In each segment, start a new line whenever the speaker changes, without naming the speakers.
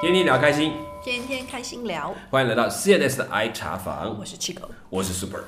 天天聊开心，
天天开心聊，
欢迎来到 CNS 的 I 茶房。
我是七 狗，
我是 Super，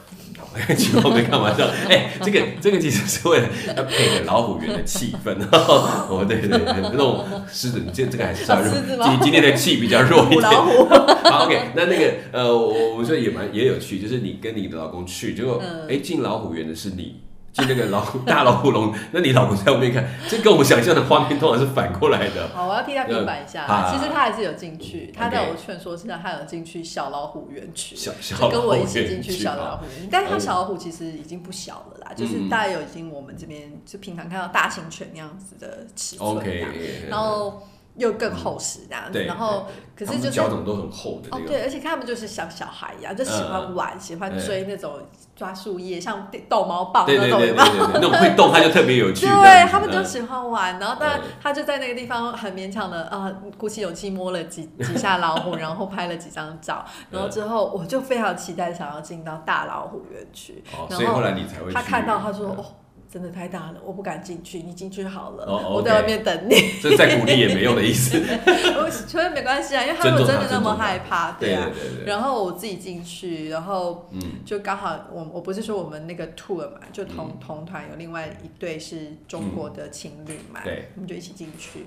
奇 怪我没开玩笑， 哎、这个这个其实是为了 要配合老虎园的气氛， 哦，对对对，那种狮子，这这个还是稍微弱
哦狮子，吗
今今天的气比较弱一
虎
点。
老虎，
好，OK，那那个呃，我我觉得也蛮也有趣，就是你跟你的老公去，结果
嗯
哎进老虎园的是你。进那个老虎大老虎笼， 那你老公在后面看，这跟我们想象的画面通常是反过来的。
好，我要替他平反一下。
啊
嗯其实他还是有进去，他
OK
在我劝说之下，他有进去小老虎园区，
小小
就跟我一
老
起
虎园
进
区
去小老虎园区。嗯但是他小老虎其实已经不小了啦，就是大概有已经我们这边就平常看到大型犬那样子的尺寸这
OK，嗯
样，然后又更厚实这样子，
对
然后可
他
是
们
就是
脚掌都很厚的
哦
那，个，
对，而且他们就是像小孩一样，就喜欢玩，喜欢
对
追那种抓树叶，像逗猫棒
对
那
对
种，
对
有
对
没有？
对，对那种会动它就特别有趣。这
哦对
样子
他们
嗯
都喜欢玩，然后但
嗯
他就在那个地方很勉强的啊、鼓起勇气摸了几几下老虎，然后拍了几张照，然后之后我就非常期待想要进到大老虎园区，
哦，
然
所以后
后
来你才会
他
去嗯
看到他说哦。真的太大了，我不敢进去，你进去好了，
哦
我
OK
在外面等你。
这再鼓励也没用的意思。
我觉得没关系啊，因为他
尊
们
重
真
他
的那
尊重
么
他
害怕，
对
啊
对。对对，
然后我自己进去，然后
嗯
就刚好我我不是说我们那个 tour 嘛，就同、
嗯
同团有另外一对是中国的情侣嘛，
嗯对，
我们就一起进去，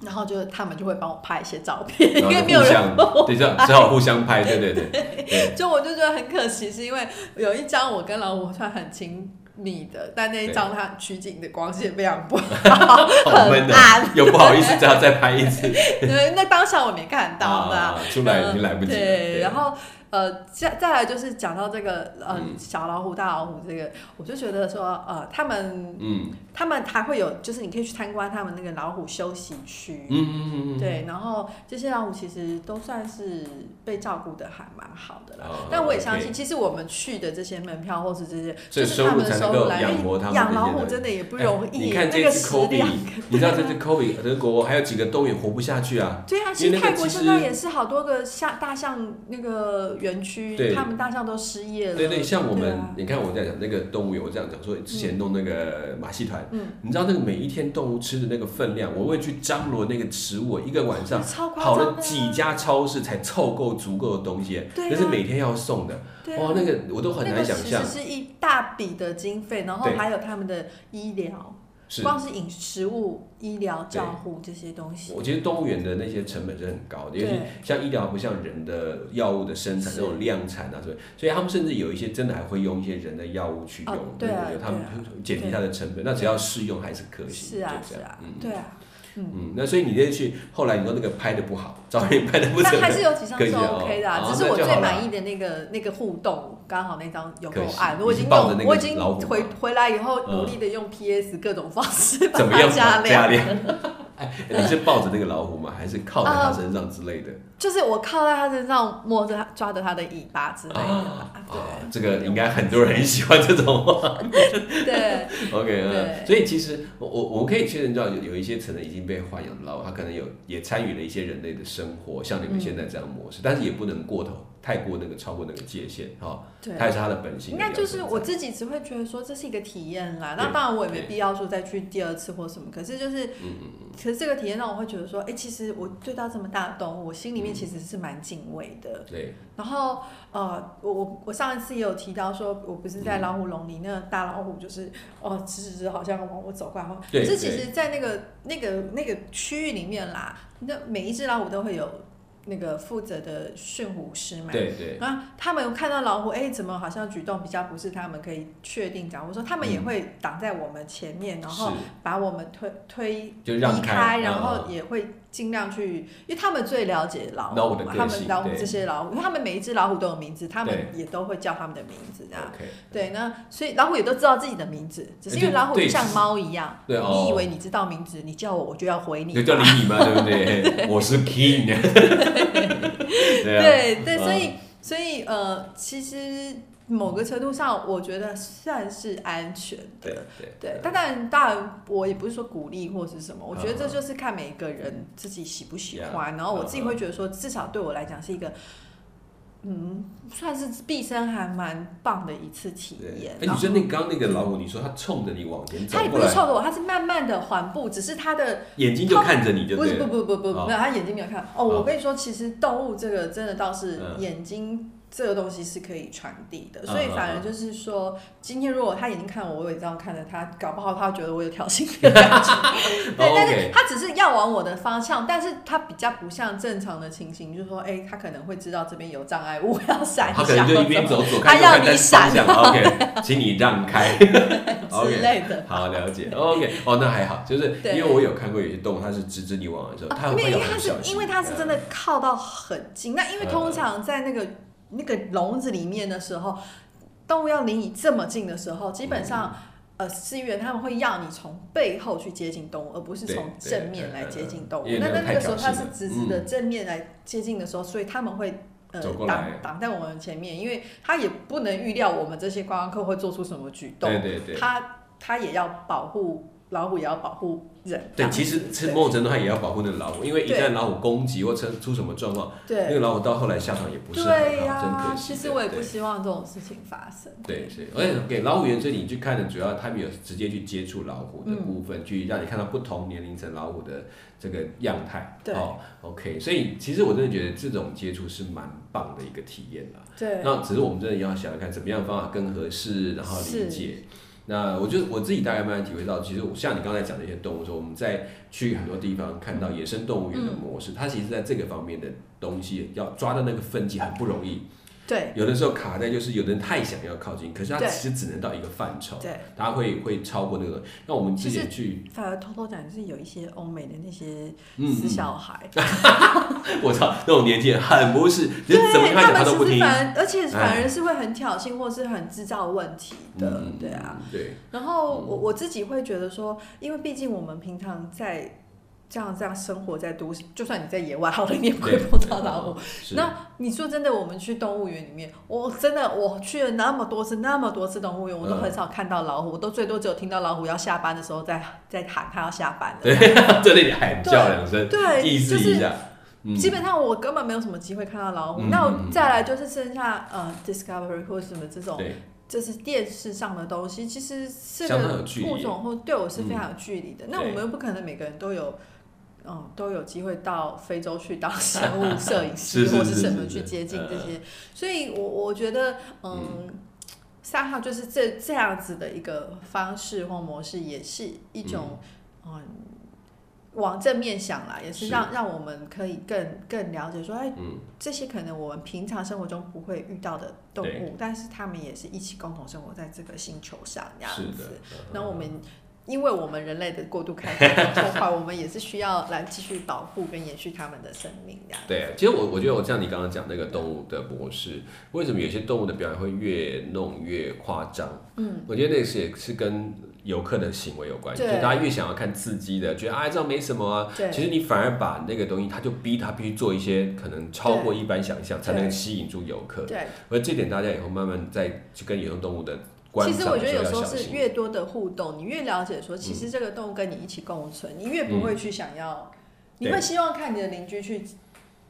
然后就他们就会帮我拍一些照片， 因
然后
为没
就
有
互
人
相，对， 这样只好互相拍，对对对对，
就我就觉得很可惜，是因为有一张我跟老虎算很亲密的，但那一张他取景的光线非常不好，
好闷
很
哦的
暗，，
又不好意思，只好再拍一 次。
对，那当下我没看到 啦。
啊，出来已经来不及了。
嗯对，然
后
后呃，再再来就是讲到这个呃、
嗯
小老虎、大老虎这个，我就觉得说呃，他们
嗯
他们还会有，就是你可以去参观他们那个老虎休息区。
嗯嗯嗯，
对，然后这些老虎其实都算是被照顾的还蛮好的啦。
哦
但我也相信，
OK
其实我们去的这些门票或是这些，
所
就
以
是
收
他
入
们的
才
收
能
入
够
来源
养。活他们
养
这
老
些
虎
人
真的也不
哎
容易，
你看
那
这
个
次
食量
COVID，。你知道这次 COVID 德国还有几个动物园活不下去啊？
对啊，
因为
其实
那个
泰国
其
现在
实
也是好多个象大象那个园
对
区，他们大象都失业了。
对对，像我们，
啊
你看我在讲那个动物园，我这样讲说，之前弄那个马戏团，
嗯
你知道那个每一天动物吃的那个分量，我会去张罗那个食物，一个晚上
超夸
跑
张的啊
了几家超市才凑够足够的东西，
对啊
那是每天要送的，
对
哇，
啊，
那个我都很
那
难
个
想
其
象
实，是一大笔的经费，然后
对
还有他们的医疗，
是。
光是饮食物、医疗
对
照护这些东西
我，觉得动物园的那些成本是很高的，尤其
对
像医疗不像人的药物的生产
是
那种量产啊，所以所以他们甚至有一些真的还会用一些人的药物去用，
哦对啊
对，他们
对
减低它的成本，那只要试用还是可行，
是啊
就这
是
样
啊
嗯，
对啊，
嗯，那所以你那去后来你说那个拍的不好，照片拍的不
但
成
还是有几张
可以
是
哦
OK 的啊，
哦
只是我
那就
最
好了
满意的那个那个互动，刚好那张有够
可惜
暗，我已
你
经
是抱着那
用
个
我已经
老虎
回
吗
回来以后
嗯
努力的用 PS 各种方式 把
怎么样
它加
加量？
亮。
哎，你是抱着那个老虎吗？还是靠在
呃
它身上之类的？
就是我靠在他身上摸着他，抓着他的尾巴之类的吧，
啊，这个应该很多人很喜欢这种 话。
对对
OK，嗯，
对
所以其实我我我可以确认到有有一些可能已经被豢养到，他可能有也参与了一些人类的生活，像你们现在这样的模式，但是也不能过头，太过那个超过那个界限哈，
对。
它也是它的本性
应
的表现在。
该就是我自己只会觉得说这是一个体验啦，
对
那当然我也没
对嗯
必要说再去第二次或什么。可是就是，可是这个体验让我会觉得说，哎、其实我对到这么大的动物，我
嗯
心里面其实是蛮敬畏的。
对，
然后呃，我我我上一次也有提到说，我不是
嗯
在老虎笼里，那个大老虎就是哦，直直直好像往我走过来，然后
对
可是其
对
实，在那个那个那个区域里面啦，那每一只老虎都会有那个负责的驯虎师嘛。
对对，
然后啊他们有看到老虎，哎，怎么好像举动比较不是他们可以确定讲？我说他们也
嗯
会挡在我们前面，然后
是
把我们推推
就
离
让
开，
嗯
然
嗯
后也会尽量去，因为他们最了解老
老虎
虎
的
嘛，
个
他
性
们老虎
对
这些老虎，因为他们每一只老虎都有名字，他们
对
也都会叫他们的名字这样。
OK，
对，那所以老虎也都知道自己的名字，只是因为
对
老虎
对
就像猫一样，
对哦
你以为你知道名字，你叫我我就要回你
就，叫理你 嘛，对不对？我是 King，对啊，
对对，
嗯
所以所以呃，其实某个程度上，我觉得算是安全
对啊
的。
对
对，但当然，当然，我也不是说鼓励或是什么，我觉得
嗯
这
嗯
就是看每一个人自己喜不喜
Yeah，
欢。然后我自己
嗯嗯
会觉得说，至少对我来讲是一个嗯，算是毕生还蛮棒的一次体
对，
验
哎，。你
然后
说那刚刚那个老虎，你说它冲着你往前走
哦他也
过
不是
来，
冲着我，他是慢慢的缓步，只是他的
眼睛就看着你就
不
对
是不
了，
不不不
哦
没有，他眼睛没有看。哦，我跟你说，其实动物这个真的倒是
嗯
眼睛这个东西是可以传递的，
嗯
所以
嗯
反而
嗯
就是说，今天如果他眼睛看我，我也这样看着他，搞不好他觉得我有挑 衅的感觉。对，
哦
但是
，OK，
他只是要往我的方向，但是他比较不像正常的情形，就是说，哎、他可能会知道这边有障碍物，要闪
哦他
一
可
下
能
或
就
者
一边走左
他
看右
要
看，
你
但是方向
闪
OK，请你让 开。OK
之类的。
好，了解。OK，哦，那还好，就是
对
因为我有看过有些动物，它是直直你往的时候，它
没
会
哦有，因
要
为他
很
是
小心。嗯啊
因为他是真
的，
的靠到很近，那因为通常在那个、那个笼子里面的时候，动物要离你这么近的时候，基本
嗯
上。呃，饲员他们会要你从背后去接近动物，而不是
对
从
对嗯
正面来接近动物
因。为
那
那个
那那
太
个时候
挑衅
它是
了嗯
直直的正面来接近的时候，所以他们会呃
走过
挡
来
挡在我们前面，因为他也不能预料我们这些观光客会做出什么举动
对，对对。
他他也要保护老虎，也要保护人。这
对，
样
其
子
实是
对
某种程度它也要保护那个老虎，因为一
对
旦老虎攻击或出出什么状况，
对
那个老虎到后来下场也不是很
对呀、
好，真可惜。
其实我也
对
不希望这种事情发生。
对，是，而且给老虎园这里去看的，主要他们有直接去接触老虎的部
嗯
分，去让你看到不同年龄层老虎的这个样态。
对
哦，OK，所以其实我真的觉得这种接触是蛮棒的一个体验啦。
对，
那只是我们真的要想想看，怎么样的方法更合适，然后
是
理解。那我就我自己大概慢慢体会到，其实我像你刚才讲的一些动物说，我们在去很多地方看到野生动物园的模
嗯
式，它其实在这个方面的东西要抓到那个分界很不容易。
对，
有的时候卡在就是有的人太想要靠近，可是他
对
其实只能到一个范畴，
对。
他会会超过那个。那我们之前去，
反而偷偷讲，就是有一些欧美的那些
嗯
死 小孩，
我操，那种年纪人很不是，就
对
是怎么跟
他
讲他都不
其实
听。
反而，而且反
哎
而是会很挑衅或是很制造问题的，
嗯
对啊。，
对，
然后我我自己会觉得说，因为毕竟我们平常在这样这样生活在都市，就算你在野外，好了，你也不会
对
碰到老虎。
是
那你说真的，我们去动物园里面，我真的我去了那么多次、那么多次动物园，我都
嗯
很少看到老虎，我都最多只有听到老虎要下班的时候在在喊它要下班了。
对， 这里喊叫两声，
对，
意思
就
一
是
下。嗯，
基本上我根本没有什么机会看到老虎。
嗯
那我
嗯嗯
再来就是剩下呃 Discovery 或什么这种，
对，
就是电视上的东西，其实这
相当
个
有距
物
离。嗯
种或对我是非常有距离的。那我们又不可能每个人都有。嗯，都有机会到非洲去当生物摄影师
是是
或
是
是什么
是是
去接近
嗯
这些，所以我我觉得，嗯，三号就是这这样子的一个方式或模式，也是一种，嗯，往正面想啦，也是
是
让让我们可以更更了解说，哎，
嗯
这些可能我们平常生活中不会遇到的动物，但是他们也是一起共同生活在这个星球上，这样
是的
子。。那
嗯
我们。因为我们人类的过度开发和破坏，我们也是需要来继续保护跟延续他们的生命这样。
对，啊其实我我觉得我像你刚刚讲那个动物的模式，为什么有些动物的表演会越弄越夸张？
嗯，
我觉得那是也是跟游客的行为有关系，就
对
是大家越想要看刺激的，觉得啊这样没什么啊，
对
其实你反而把那个东西，他就逼他必须做一些可能超过一般想象，才能吸引住游客。
对，
而这点大家以后慢慢再去跟野生动物的观
其实
赏
我
的
觉得有
要
时候
小
是
心。嗯
越多的互动，你越了解说，其实这个动物跟你一起共存，你越不会去想要，你会
对
希望看你的邻居去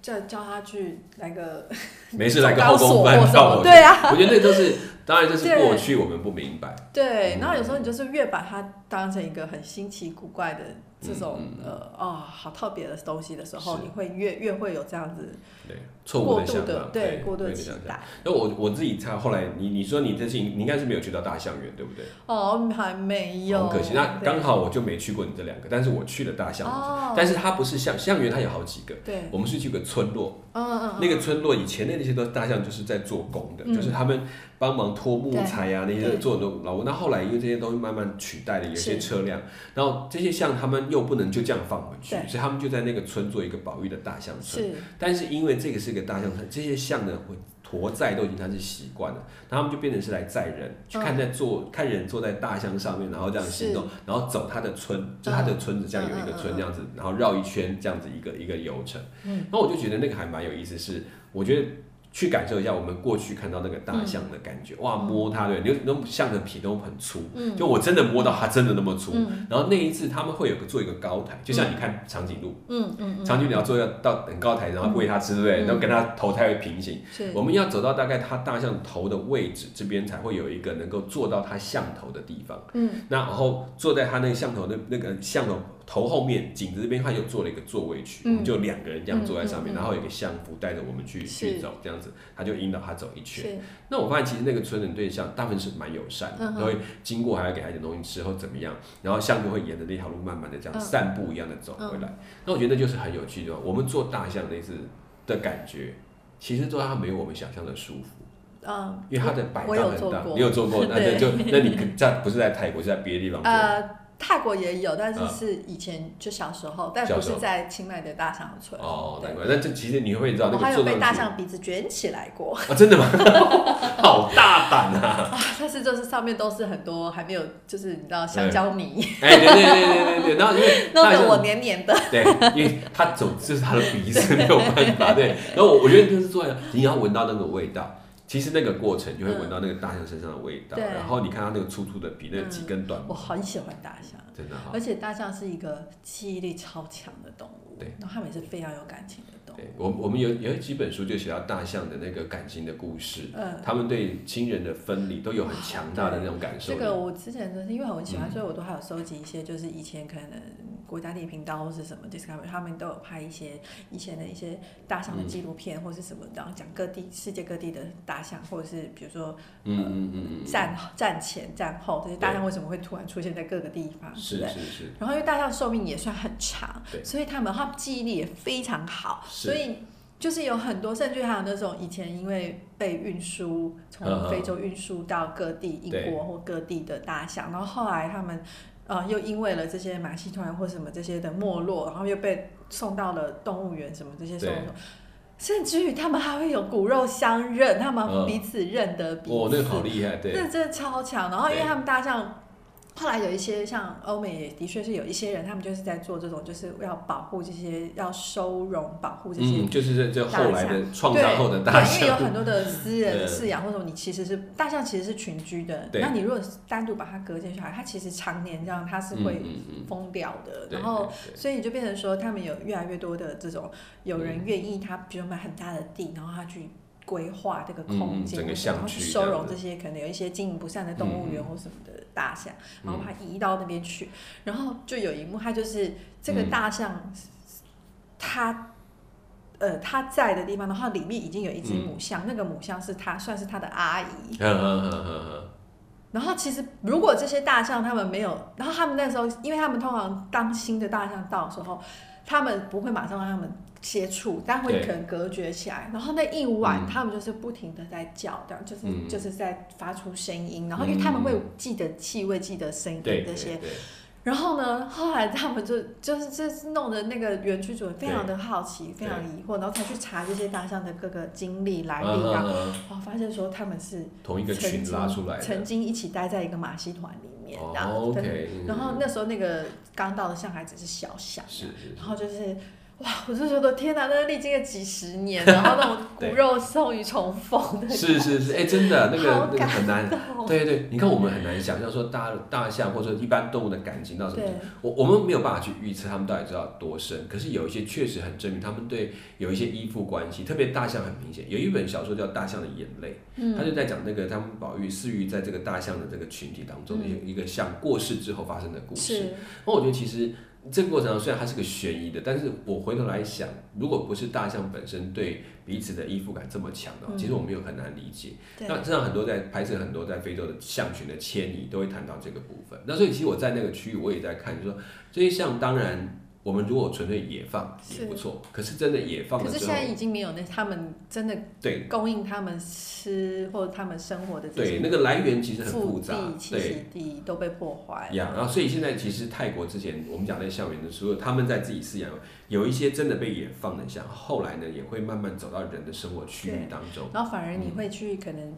叫叫他去来个
没事， 来个
告
后
诉
宫
我
翻
什
跳
么？
过
对啊，
我觉得那都是，当然这是
对
过去我们不明白。
对。
嗯
然后有时候你就是越把它当成一个很新奇古怪的这种
嗯
呃哦好特别的东西的时候，
是
你会越越会有这样子
对，错误
过
的
度
想
的
法，
对过度
的
的期
想法。
待。
那我我自己猜，后来你你说你这次你应该是没有去到大象园，对不对？
哦，还没有，
很可惜。那
对
刚好我就没去过你这两个，但是我去了大象园，
哦，
但是它不是象象园，它有好几个。
对，
我们是去个村落，
嗯嗯嗯，
那个村落以前的那些都大象就是在做工的，
嗯
就是他们帮忙拖木材啊那些
对
做很多劳务。那后来因为这些东西慢慢取代了有些
是
车辆，然后这些象他们又不能就这样放回去，
对
所以他们就在那个村做一个保育的大象村。
是
但是因为这个是个大象村，这些象呢会驮载都已经它是习惯了，那他们就变成是来载
嗯
人，去看在坐、看人坐在大象上面，然后这样行动，然后走他的村，就他的村子这样有一个
嗯嗯嗯
村
嗯
这样子，然后绕一圈这样子一个一个游程。
嗯
那我就觉得那个还蛮有意思是，我觉得。去感受一下我们过去看到那个大象的感觉，哇，摸它对，你那种象的皮都很粗，
嗯
就我真的摸到它真的那么粗。
嗯
然后那一次他们会有个做一个高台，就像你看长颈鹿，
嗯嗯
长颈鹿要做要到很高台，然后喂它吃，对不对？
嗯
然后跟它头才会平行。
嗯，是
我们要走到大概它大象头的位置这边，才会有一个能够坐到它象头的地方。
嗯
那然后坐在它那个象头那那个象头头后面颈子这边，它就做了一个座位区，
嗯
我们就两个人这样坐在上面，
嗯嗯嗯
然后有一个相夫带着我们去
是
去走，这样子他就引导他走一圈。
是
那我发现其实那个村人对象大部分是蛮友善的，
嗯哼
都会经过还要给他一点东西吃或怎么样，然后象就会沿着那条路慢慢的这样、
嗯
散步一样的走回来。那我觉得那就是很有趣的地方，我们做大象那次的感觉，其实做它没有我们想象的舒服。
嗯，
因为它的摆
我
荡
有
很
做
大，
过
你有做 过？那那
对
就那你在不是在泰国，是在别的地方做？
呃，泰国也有，但是
嗯
是以前就小时候，但
小
不
时
是
候
在清迈的大象村。
哦，难
对，
怪。那这其实你会知道那
我还
个
有
做
被大
上去
象鼻子卷起来过，
啊，真的吗？ 好大胆啊！
但是就是上面都是很多还没有，就是你知道香蕉 泥，
哎，对对对对对对，然后因 为
弄
大象
得我黏黏的。
对，因为他走就是他的鼻子没有办法对。然后我我觉得就是做，你要闻到那个味道。其实那个过程就会闻到那个大象身上的味道，
嗯对嗯
然后你看它那个粗粗的皮，那几根短
我
毛，
很喜欢大象，
真的哈
而。且大象是一个记忆力超强的动物，
对，
然后它们也是非常有感情的动物。
对，我我们有有几本书就写到大象的那个感情的故事，
嗯，
他们对亲人的分离都有很强大的那种感受嗯
这。个我之前真是因为我很喜欢，所以我都还有收集一些，就是以前可能国家地理频道或是什么 Discovery，他们都有拍一些以前的一些大
嗯
象的纪录片或是什么，然后讲各地世界各地的大象，或者是比如说
嗯嗯嗯嗯
战战前战后这些大象为什么会突然出现在各个地方，
嗯，
对
是
啊不对？
是是，
然后因为大象寿命也算很长，
对
所以他们他们记忆力也非常好，
是
所以就是有很多，甚至还有那种以前因为被运输
嗯
从
嗯
非洲运输到各地英
对
国或各地的大象，然后后来他们呃又因为了这些马戏团或什么这些的没落，然后又被送到了动物园什么这些送
对
走。甚至于他们还会有骨肉相认，他们
嗯哦
彼此认得彼此。
哇，那个好厉害，对
那真的超强。然后因为
对
他们大象，后来有一些像欧美也的确是有一些人，他们就是在做这种，就是要保护这些，要收容保护这些。
嗯，就是这这后来的创
对
伤后的大
对，因为有
象，
很多的私人
对
饲养，或者你其实是大象，其实是群居的。
对
那你如果单独把它隔间下来，它其实常年这样，它是
嗯
会
嗯嗯，
疯掉的。
对
然后
对
所以就变成说，他们有越来越多的这种有人愿意他，比如买很大的地，然后他去规划这个空
嗯嗯
间，啊
整个
然
象
后
区
去收
这
容
样子
这些可能有一些经营不善的动物园或什么的大象，然后把它移到那边去。然后就有一幕，它就是这个
嗯
大象，它。呃，它在的地方的话，里面已经有一只母象，那个母象是它，算是它的阿姨。
嗯嗯嗯嗯嗯。
然后其实如果这些大象他们没有，然后他们那时候，因为他们通常当新的大象到的时候，他们不会马上让他们接触，但会
对
可能隔绝起来。然后那一晚，
嗯
他们就是不停的在叫，这样就是、
嗯
就是在发出声音。然后因为他们会
嗯
记得气味、记得声音
对
这些。
对对
然后呢，后来他们就就是这弄得那个园区主人非常的好奇，非
对
常疑惑，然后才去查这些大象的各个经历来
嗯
历，然后
嗯嗯
哦发现说他们是。
同一个群拉出来
曾
的。
经一起待在一个马戏团里面，这样子、
哦
对
，OK，嗯
然后 那时候那个刚到的上海只是小象，
是是
然后就是哇，我就觉得天哪，那历经了几十 年，然后那种
对
骨肉重于重逢的感
是是是，哎，真的那
好
个那个很难。
动，
对对，你看我们很难想象说大大象或者一般动物的感情到什么
对
程度，我我们没有办法去预测它们到底知道多深，可是有一些确实很证明它们对有一些依附关系，特别大象很明显。有一本小说叫《大象的眼泪》，
嗯
他就在讲那个他们宝玉、饲玉在这个大象的这个群体当中的
嗯
一个象过世之后发生的故事。
是，
那我觉得其实这个过程中啊虽然它是个悬疑的，但是我回头来想，如果不是大象本身对彼此的依附感这么强的话，
嗯
其实我们有很难理解。
对，
那这样很多在拍摄很多在非洲的象群的迁移都会谈到这个部分。那所以其实我在那个区域我也在看，就说这些象当然。我们如果纯粹野放也
是
不错，可是真的野放
可
了
是
之
现
后
在，已经没有那他们真的
对
供应他们吃或者他们生活的这
对，
些
那个来源其实很
腹
复杂
地、，栖
对，
息地都被破坏，
呀，然后啊所以现在其实泰国之前我们讲那校园的时候，他们在自己饲养，有一些真的被野放了下，后来呢也会慢慢走到人的生活区域当中。
然后反而你
嗯
会去可能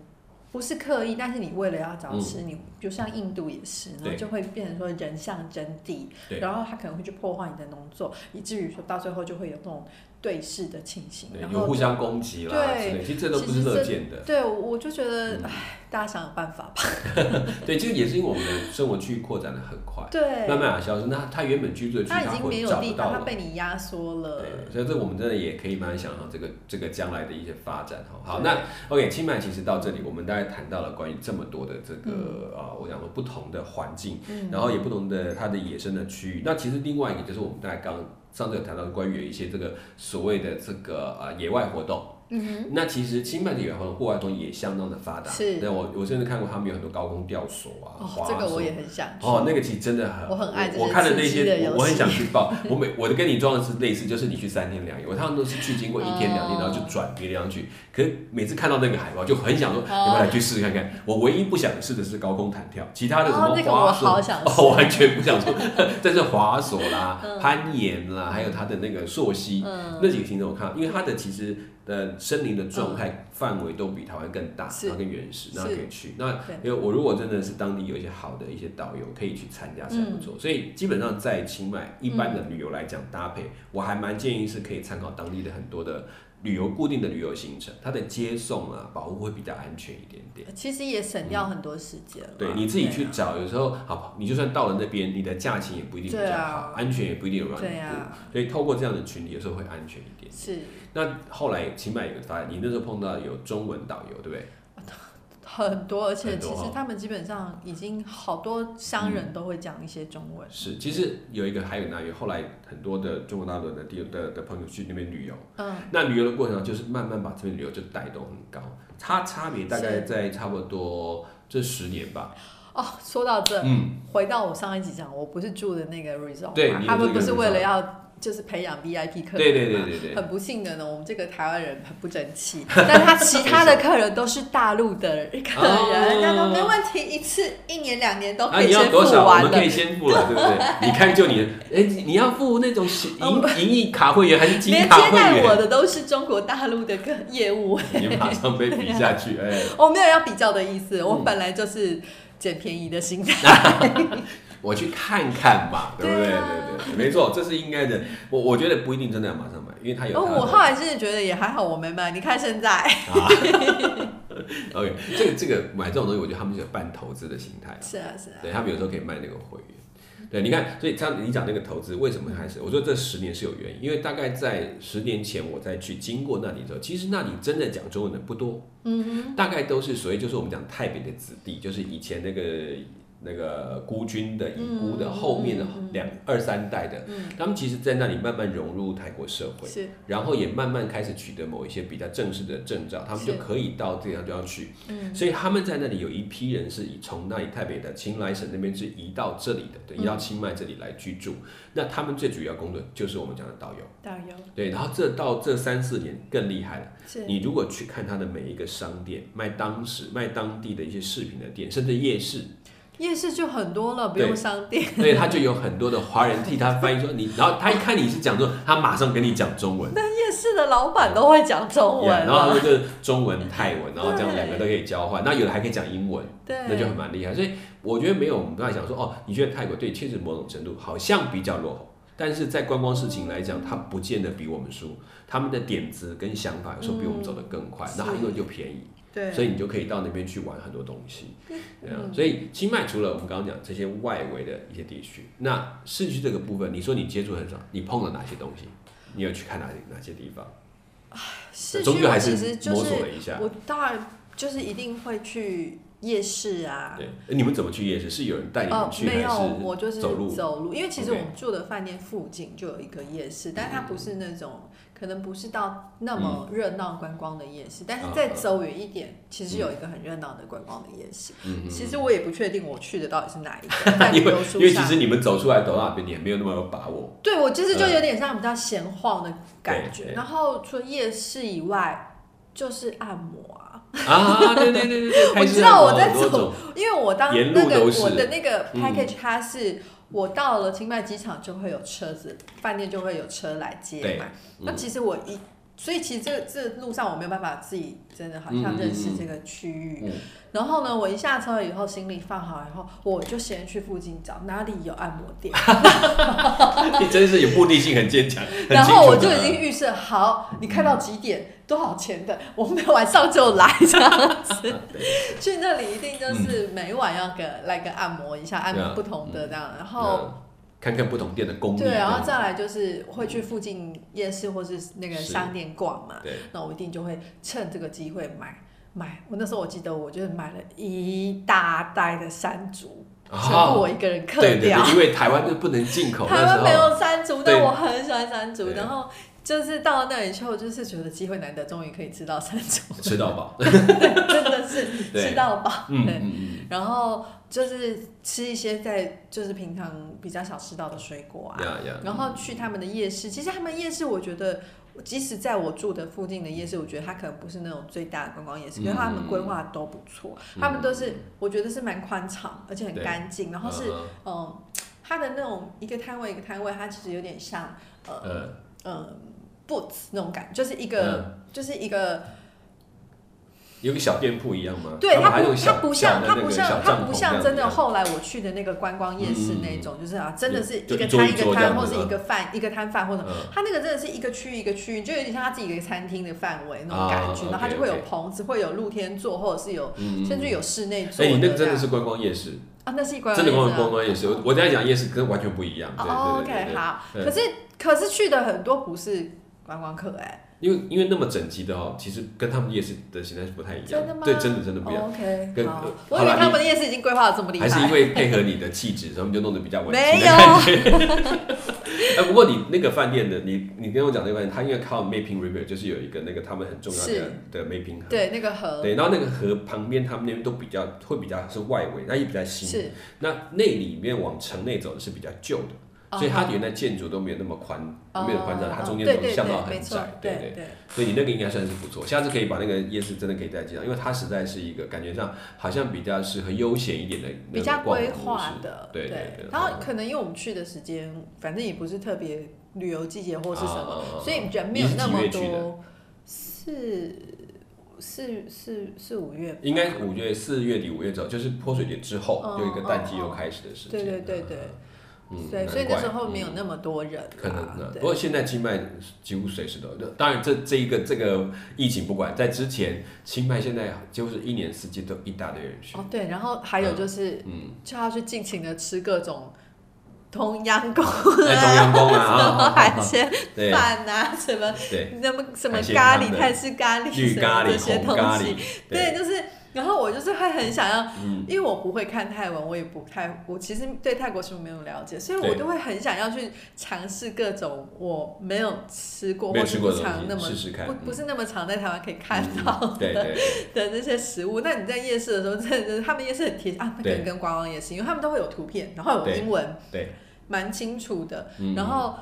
不是刻意，但是你为了要找吃，你就像印度也是，然后
嗯对
就会变成说人像真谛，
对
然后他可能会去破坏你的农作，以至于说到最后就会有那种对视的情形，
对
然
有
后
互相攻击啦
对
之类，其实这都不是乐见的。嗯
对，我我就觉得，哎、大家想想办法吧。
对，这个也是因为我们的生活区域扩展的很快，
对，
慢慢啊消失。那它原本居住的区域，
他已
它
经没
会
有
找
地
不
方，
到
他
了。
被你压缩了。
对，所以这我们真的也可以慢慢想想这个这个将来的一些发展哈。好，
对
那 OK，清迈其实到这里，我们大概谈到了关于这么多的这
嗯
个啊、我讲说不同的环境，然后也不同的它的野生的区域。那其实另外一个就是我们大概刚上次有谈到关于有一些这个所谓的这个呃野外活动。嗯、那其实清迈的野外活动户外活动也相当的发达，
是
那我我甚至看过他们有很多高空吊索啊，
哦
滑，
这个
索
我也很想去。
哦，那个其实真的很，
我很爱这
我
些
看了那
刺激的
些，
游
我我很
戏
想去报。我每我的跟你装的是类似，就是你去三天两夜，我他们都是去经过一天两夜，
哦
然后就转别的地方去。可是每次看到那个海报，就很想说，
哦
要不要来去试试看看？我唯一不想试的是高空弹跳，其他的什么
哦那个
滑
我
索，
好想试嗯
哦，完全不想说。 但是滑索啦、攀岩啦，还有它的那个溯溪，那几个行程我看到，因为它的其实呃森林的状态范围都比台湾更大，
嗯是
然后更原始，那可
是
以去。那
对
因为我如果真的是当地有一些好的一些导游可以去参加是不错，所以基本
嗯
上在清迈一般的旅游来讲搭配，我还蛮建议是可以参考当地的很多的旅游固定的旅游行程，它的接送啊保护会比较安全一点点。
其实也省掉很多时间了。啊
对你自己去找，有时候好不好？你就算到了那边，你的价钱也不一定比
对
较好，
啊
安全也不一定有让你
对
顾，
啊
所以透过这样的群体，有时候会安全一点。
是
那后来清迈有个发展，你那时候碰到有中文导游，对不对？
很多，而且
很
其
多
实
哦嗯
他们基本上已经好多商人都会讲一些中文。
是，其实有一个还有那有后来很多的中国大陆的地的的朋友去那边旅游，
嗯，
那旅游的过程啊就是慢慢把这边旅游就带动很高，它差别大概
是
在差不多这十年吧，
哦，说到这，
嗯，
回到我上一集讲，我不是住的那个 resort，
对
嘛
你有
他
住
们
一个
不是为了要就是培养 VIP 客人，
对对对。对对，
很不幸的呢，我们这个台湾人很不争气， 但他其他的客人都是大陆的客
哦
人，啊那都没问题，一次一年两年都
啊，
可以
你要
先付
多少？我
完
们可以
的。
先付了，对不 对？你看，就你，哎，你你要付那种银银翼卡会员还是金
连接
卡会
待我
员？
的都是中国大陆的客业务，
你马上被比下去，哎，
我哦没有要比较的意思，
嗯
我本来就是捡便宜的心态。
我去看看吧，对不对？
对啊
对对，没错，这是应该的。我我觉得不一定真的要马上买，因为它有
哦，
它的
我后来真的觉得也还好，我没买。你看现在
啊 OK，这个这个买这种东西，我觉得他们是有半投资的心态，
是啊是啊，
对他们有时候可以卖那个会员。对，你看，所以像你讲那个投资为什么开始？我说这十年是有原因，因为大概在十年前我再去经过那里的时候，其实那里真的讲中文的不多，嗯，大概都是所谓就是我们讲太北的子弟，就是以前那个那个孤军的遗孤的后面的两二三代的，他们其实在那里慢慢融入泰国社会，
是
然后也慢慢开始取得某一些比较正式的证照，他们
是
就可以到这样地方去。所以他们在那里有一批人是以从那里台北的清莱省那边是移到这里的，对，移到清迈这里来居住。那他们最主要工作就是我们讲的导游，
导游
对。然后这到这三四年更厉害了，
是
你如果去看他的每一个商店，卖当时卖当地的一些饰品的店，甚至夜市，
夜市就很多了，不
对
用商店。
所以他就有很多的华人替他翻译说你，然后他一看你是讲中文，他马上跟你讲中文。
夜市的老板都会讲中
Yeah，
文
然后他
了
们就是中文、泰 文，然后这样
对
两个都可以交换。那有的还可以讲英文，
对，
那就很蛮厉害。所以我觉得没有我们刚才讲说，哦，你觉得泰国对，确实某种程度好像比较落后，但是在观光事情来讲，它不见得比我们输。他们的点子跟想法有时候比我们走得更快，
是
那它因为就便宜，
嗯对，嗯
所以你就可以到那边去玩很多东西。对啊，所以清迈除了我们刚刚讲这些外围的一些地区，那市区这个部分，你说你接触很少，你碰了哪些东西？你有去看哪些哪些地方？
市
终
区
究还
我
是
其实就
摸
是
索了一下。
我当然就是一定会去夜市啊。
对，你们怎么去夜市？是有人带你们
哦，
去，还
没有，我就是
走路？
因为其实我
OK 嗯
们住的饭店附近就有一个夜市，但它不是那种，可能不是到那么热闹观光的夜市，但
嗯
是再走远一点，其实有一个很热闹的观光的夜市。其实我也不确定我去的到底是哪一 个，在
嗯因
旅
为
游书
因为其
上
实你们走出来走到哪边，你也没有那么有把 握。
对我就是就有点像比较闲晃的感
嗯对
觉。
对
然后除了夜市以外，就是按摩啊，
啊，对对对对啊对，
我知道我在走，因为我当
沿
那
路
个
都是
我的那个
嗯
package 它是。我到了清迈机场就会有车子，饭店就会有车来接
对嗯
嘛。那其实我一，所以其实这这路上我没有办法自己真的好像
嗯嗯
认识
嗯
这个区域。
嗯
然后呢，我一下车以后，行李放好以后，我就先去附近找哪里有按摩店。
你真是有目的性很坚强，很
然
清
后我
楚
就
的啊
已经预设好，你开到几点多少钱的，我们晚上就来这样 子。
啊
去那里一定就是
嗯
每晚要给来个按摩一下，按
对啊
摩不同的这样，然后
嗯看看不同店的功力，
对，然后
这样
再来就是会去附近夜市或是那个
是
商店逛嘛，
对，
那我一定就会趁这个机会买买。我那时候我记得我就是买了一大袋的山竹，全部我一个人嗑
哦啊对对
掉。
对，因为台湾就不能进口，
台
那
湾没
时候
有山竹，
对
但我很喜欢山竹。
对
然后就是到那里之后，就是觉得机会难得，终于可以吃到山竹，
吃到饱，
真的是
对
吃到饱。
嗯
对，
嗯嗯，
然后就是吃一些在就是平常比较少吃到的水果啊，
呀呀，
然后去他们的夜市。其实他们夜市，我觉得即使在我住的附近的夜市，我觉得它可能不是那种最大的观光夜市，
嗯
可是他们规划都不错，他们都是我觉得是蛮宽敞，而且很
对
干净，然后是
嗯
嗯，它的那种一个摊位一个摊位，它其实有点像呃
嗯
呃 boots 那种感，就是一个、就是一个，
有个小店铺一样吗？
对
嗯他们
它
还
不
有
它
小
不
小
像
的
它
那
不
个
像
小
它
帐
不
篷
像
这样
真的
子嗯
后来我去的那个观光夜市那种，就是啊，真的是
就
一个
一桌
摊
一
一
桌
个
这样子嗯
摊，或是
的
一个饭一个摊贩或者。
嗯
它那个真的是一个区一个区，就有点像它自己一个餐厅的范围那种感觉，
啊
然后它
OK，
就会有
OK
棚子，会有露天座，或者是有、
嗯，
甚至有室内座
哎，你那个
这
真的
样
是观光夜市，
啊，那是一观
真的观
光夜市啊
光光夜市。我我等一下讲夜市跟完全不一样，对
哦
对对对嗯
，OK，
对，
好。
对
可是可是去的很多不是观光客哎、
因为因为那么整齐的哦，其实跟他们夜市的形态是不太一样
真的，吗
对，真的真的不一样。
哦 OK，
跟
好
呃。
我以
好
为
啦
他
你
们的夜市已经规划的这么厉害，
还是因 为配合你的气质，他们就弄得比较文青
没
的
有
感觉。 哎，不过你那个饭店的，你你跟我讲那个饭店，它因为靠 Mapping River，就是有一个那个他们很重要
是
的的 Mapping 河。
对那个河
对，然后那个河旁边，他们那边都比较会比较是外围，那也比较新。
是
那那里面往城内走的是比较旧的，所以它原来建筑都没有那么宽，没有宽敞，它中间
哦
走的巷道
对对对
很
没错
窄，对
对
不对？
对。
所以你那个应该算是不错，下次可以把那个夜市真的可以带进来，因为它实在是一个感觉上好像比较适合悠闲一点的那
比
种
较
逛
规
的路
划
线
的，
对对对
然后可能因为我们去的时间，反正也不是特别旅游季节或是什么，
啊
所以人没有那么
你是几月去
多。四四四四五月吧，
应该五月四月底五月走，就是泼水节之后
嗯
就一个淡季又开始的时
对
间。
对对对，
嗯，
对，所以
难怪
那时候没有那么多人、啊
可能的。
对
不过现在清迈几乎随时都有，当然这这一个这个疫情不管，在之前清迈现在就是一年四季都一大堆人去。
哦，对，然后还有就是，
嗯
就要去尽情的吃各种同阳宫
在中央宫哎 啊，
什么
啊
海鲜
对
饭啊，什么
对，
那么什么
海鲜
咖
汤
喱
的
泰式咖喱，
绿
什么
咖
这
喱、
些
红
东
咖喱
西，，对，就是。然后我就是会很想要，
嗯
因为我不会看泰文，我也不太，我其实对泰国食物没有了解，所以我
对
都会很想要去尝试各种我没有吃过
没
或
有
是
吃
不
过的
常那
东
么
西试试看嗯
不。不是那么常在台湾可以看到的。
对对对
的那些食物。那你在夜市的时候，真的就是他们夜市很贴啊，那
对
个跟观光夜市，因为他们都会有图片，然后有
对
英文，
对，
蛮清楚的。
嗯
然后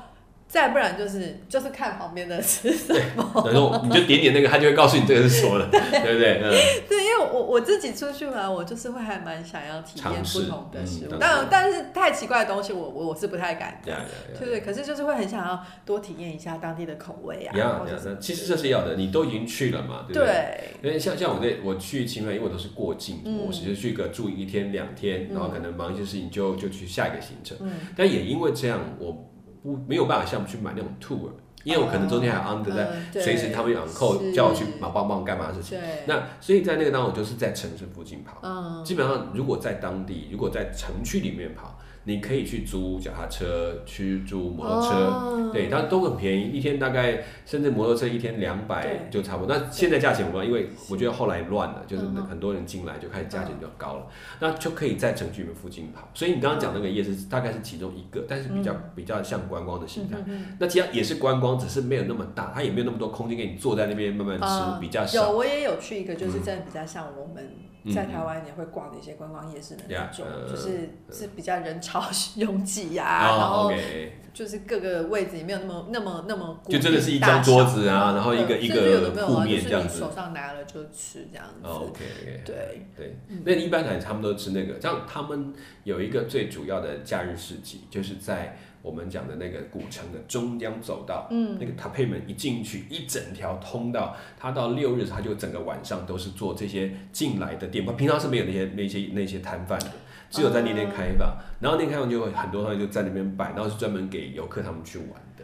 再不然就是就是看旁边的吃什么。
然后你就点点那个，他就会告诉你这个是什 么了，对不对？嗯，
对，因为我我自己出去玩，我就是会还蛮想要体验
尝试
不同的食物。
嗯
当然，但是太奇怪的东西我，我我是不太敢
呀
的。
呀
对
呀
对，可是就是会很想要多体验一下当地的口味啊，
呀
或者
呀
是
那其实这是要的，你都已经去了嘛，对不对？
对嗯
因为像像我在我去清迈，因为我都是过境模式，就去个住一天两天，然后可能忙一些事情就就去下一个行程。
嗯
但也因为这样，我不没有办法像去买那种 tour，因为我可能中间还 under 在，
嗯对
随时他们有 uncle 叫我去忙帮忙干嘛的事情。
对，
那所以在那个当中，我就是在城市附近跑。
嗯，
基本上，如果在当地，如果在城区里面跑，你可以去租脚踏车，去租摩托车，
哦
对，它都很便宜，一天大概甚至摩托车一天两百
对
就差不多。那现在价钱我不知道，因为我觉得后来乱了，
嗯
就是很多人进来就开始价钱就高了，那就可以在城区里面附近跑。所以你刚刚讲那个夜市
嗯
大概是其中一个，但是比较比较像观光的形态。
嗯
那其他也是观光，只是没有那么大，它也没有那么多空间给你坐在那边慢慢
啊
吃，比较
有，
少。嗯
我也有去一个，就是真的比较像我们在台湾也会逛的一些观光夜市的那种，
Yeah，
就是是比较人潮 拥挤呀、然
啊
后
，OK，
就是各个位置也没有那么那么那么固
就
定
真的是一张桌子啊，然
大
后
小，
一个
对
一
甚至有的没
个
有
铺
啊，就
面这
是
样
你
子
手。上拿了就吃这样子，
哦，OK，OK，
对，
对，
嗯
那一般来他们都吃那个，像他们有一个最主要的假日市集，就是在我们讲的那个古城的中央走道，嗯，那个塔佩门一进去，一整条通道，它到六日它就整个晚上都是做这些进来的店铺，平常是没有那些那些那些摊贩的。只有在那天开放。然后那天开放就有很多东西就在那边摆，然后是专门给游客他们去玩的。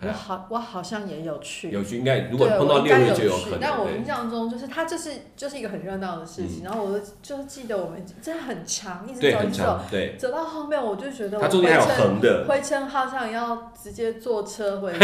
我好，我好像也有去，
哎有趣，应该
对，
如果碰到
我应
六
该
日
有
就
去，
可能。
但我
对嗯
印象中就是它这是就是一个很热闹的事情，然后我就就记得我们真的很长，一直
对，
走一
很
直走，
长，对，
走到后面我就觉得
它
我
中
回
间还有
程
横的，
回程好像要直接坐 车回去，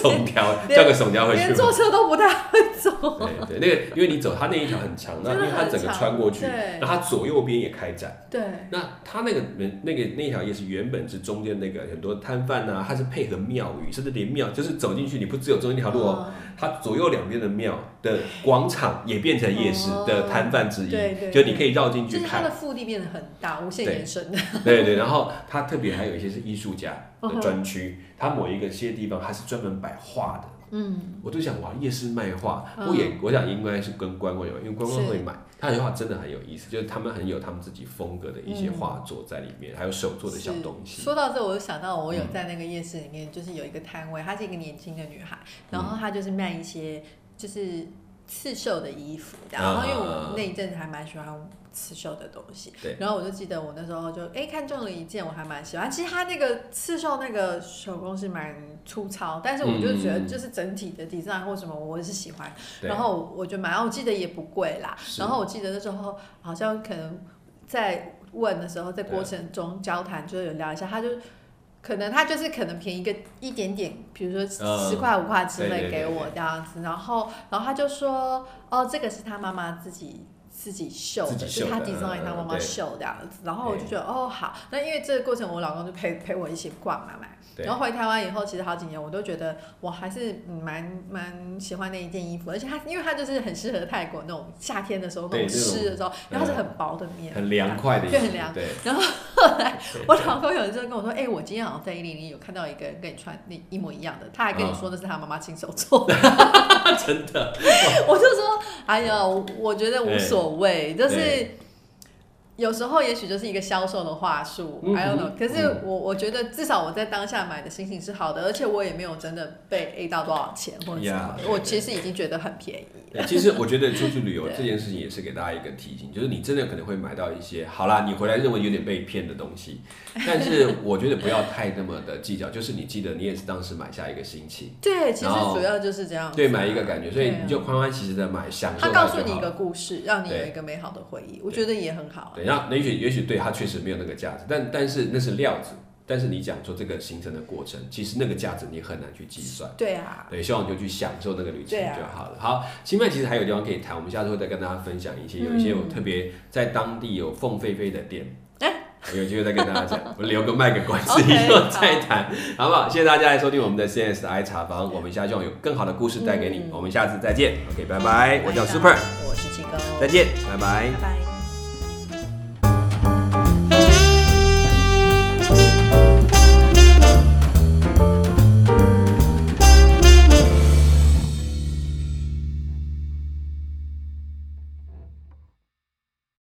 耸条，
连
叫个耸条回去
连
吧。
坐车都不太会 走。
对对，那个因为你走它那一条很长，那
真
因
的
为它
很
整个
长
穿过去，
对
然后它左右边也开展。
对，
那它那个门那个那条也是原本是中间那个很多摊贩呐，它是配合庙宇，甚至连庙就是走进去，你不只有中间那条路
啊
哦，它左右两边的庙的广场也变成夜市的摊贩之一，
哦对对
就你可以绕进
嗯，就
去
是它
看。
的腹地变得很大，无限
对
延伸的。
对对，然后它特别还有一些是艺术家
嗯
的专区，它某一个些地方它是专门摆画的。
嗯，
我就想哇，夜市卖画，
嗯
我也我想应该是跟观光有关，因为观光
是
会买，他的画真的很有意思，就是他们很有他们自己风格的一些画作在里面，还有手做的小
嗯是
东西。嗯
说到这，我就想到我有在那个夜市里面，就是有一个摊位，她是一个年轻的女
嗯
孩，然后她就是卖一些就是刺绣的衣服，然
啊
后因为我那一阵子还蛮喜欢。刺绣的东西，
对
然后我就记得我那时候就哎看中了一件，我还蛮喜欢。其实它那个刺绣那个手工是蛮粗糙，但是我就觉得
嗯
就是整体的 design 或什么，我是喜欢。
对
然后我就买，我记得也不贵啦。
是
然后我记得那时候好像可能在问的时候，在过程中交谈，就是有聊一下，他就可能他就是可能便宜个一点点，比如说
嗯
十块五块之
对
类
对
给
对
我这样子。然后然后他就说，哦，这个是他妈妈自己。自己绣的，
自己
就是
绣
他
的
design
嗯
他妈妈
对
绣这样子，然后我就觉得哦好，那因为这个过程我老公就陪陪我一起逛嘛买，
对
然后回台湾以后，其实好几年我都觉得我还是嗯蛮蛮喜欢那一件衣服，而且它因为它就是很适合泰国那种夏天的时候那
对
种湿的时候，因为它是
嗯
很薄的面，
很凉快的意思，
对，很凉。
对，
然后后来我老公有一阵跟我说，哎、我今天好像在一零零有看到一个人跟你穿那一模一样的，他还跟 你说那是他妈妈亲手做 的，
真 的，
我就说，哎呀，我我觉得无所谓，就是
对。
有时候也许就是一个销售的话术、
嗯
i don't know。
嗯
可是我我觉得至少我在当下买的心情是好的，而且我也没有真的被 A 到多少钱或者什么
Yeah，
的。我其实已经觉得很便宜。
对其实我觉得出去旅游
对
这件事情也是给大家一个提醒，就是你真的可能会买到一些好啦，你回来认为有点被骗的东西， 但是我觉得不要太那么的计较，就是你记得你也是当时买下一个心情，
对，其实
然后
主要就是这样子。
对，买一个感觉，所以
对啊
你就欢欢喜喜的买，享
他
受它
告
就好
诉你
了
一个故事，让你有
对
一个美好的回忆，我觉得也很好啊。
对，那那也许也许对它确实没有那个价值，但但是那是料子，但是你讲说这个形成的过程，其实那个价值你很难去计算。
对啊，
对，希望你就去享受那个旅程
对啊
就好了。好，清迈其实还有地方可以谈，我们下次会再跟大家分享一些，
嗯
有一些我特别在当地有凤飞飞的店，
哎
我有机会再跟大家讲，我留个卖个关 子
OK，
以后再谈，好不好？谢谢大家来收听我们的 CSI 茶房，我们下期有更好的故事带给你，
嗯
哎我们下次再见。OK，拜拜，我叫
拜拜
Super，
我是七哥，
再见，拜拜
拜拜。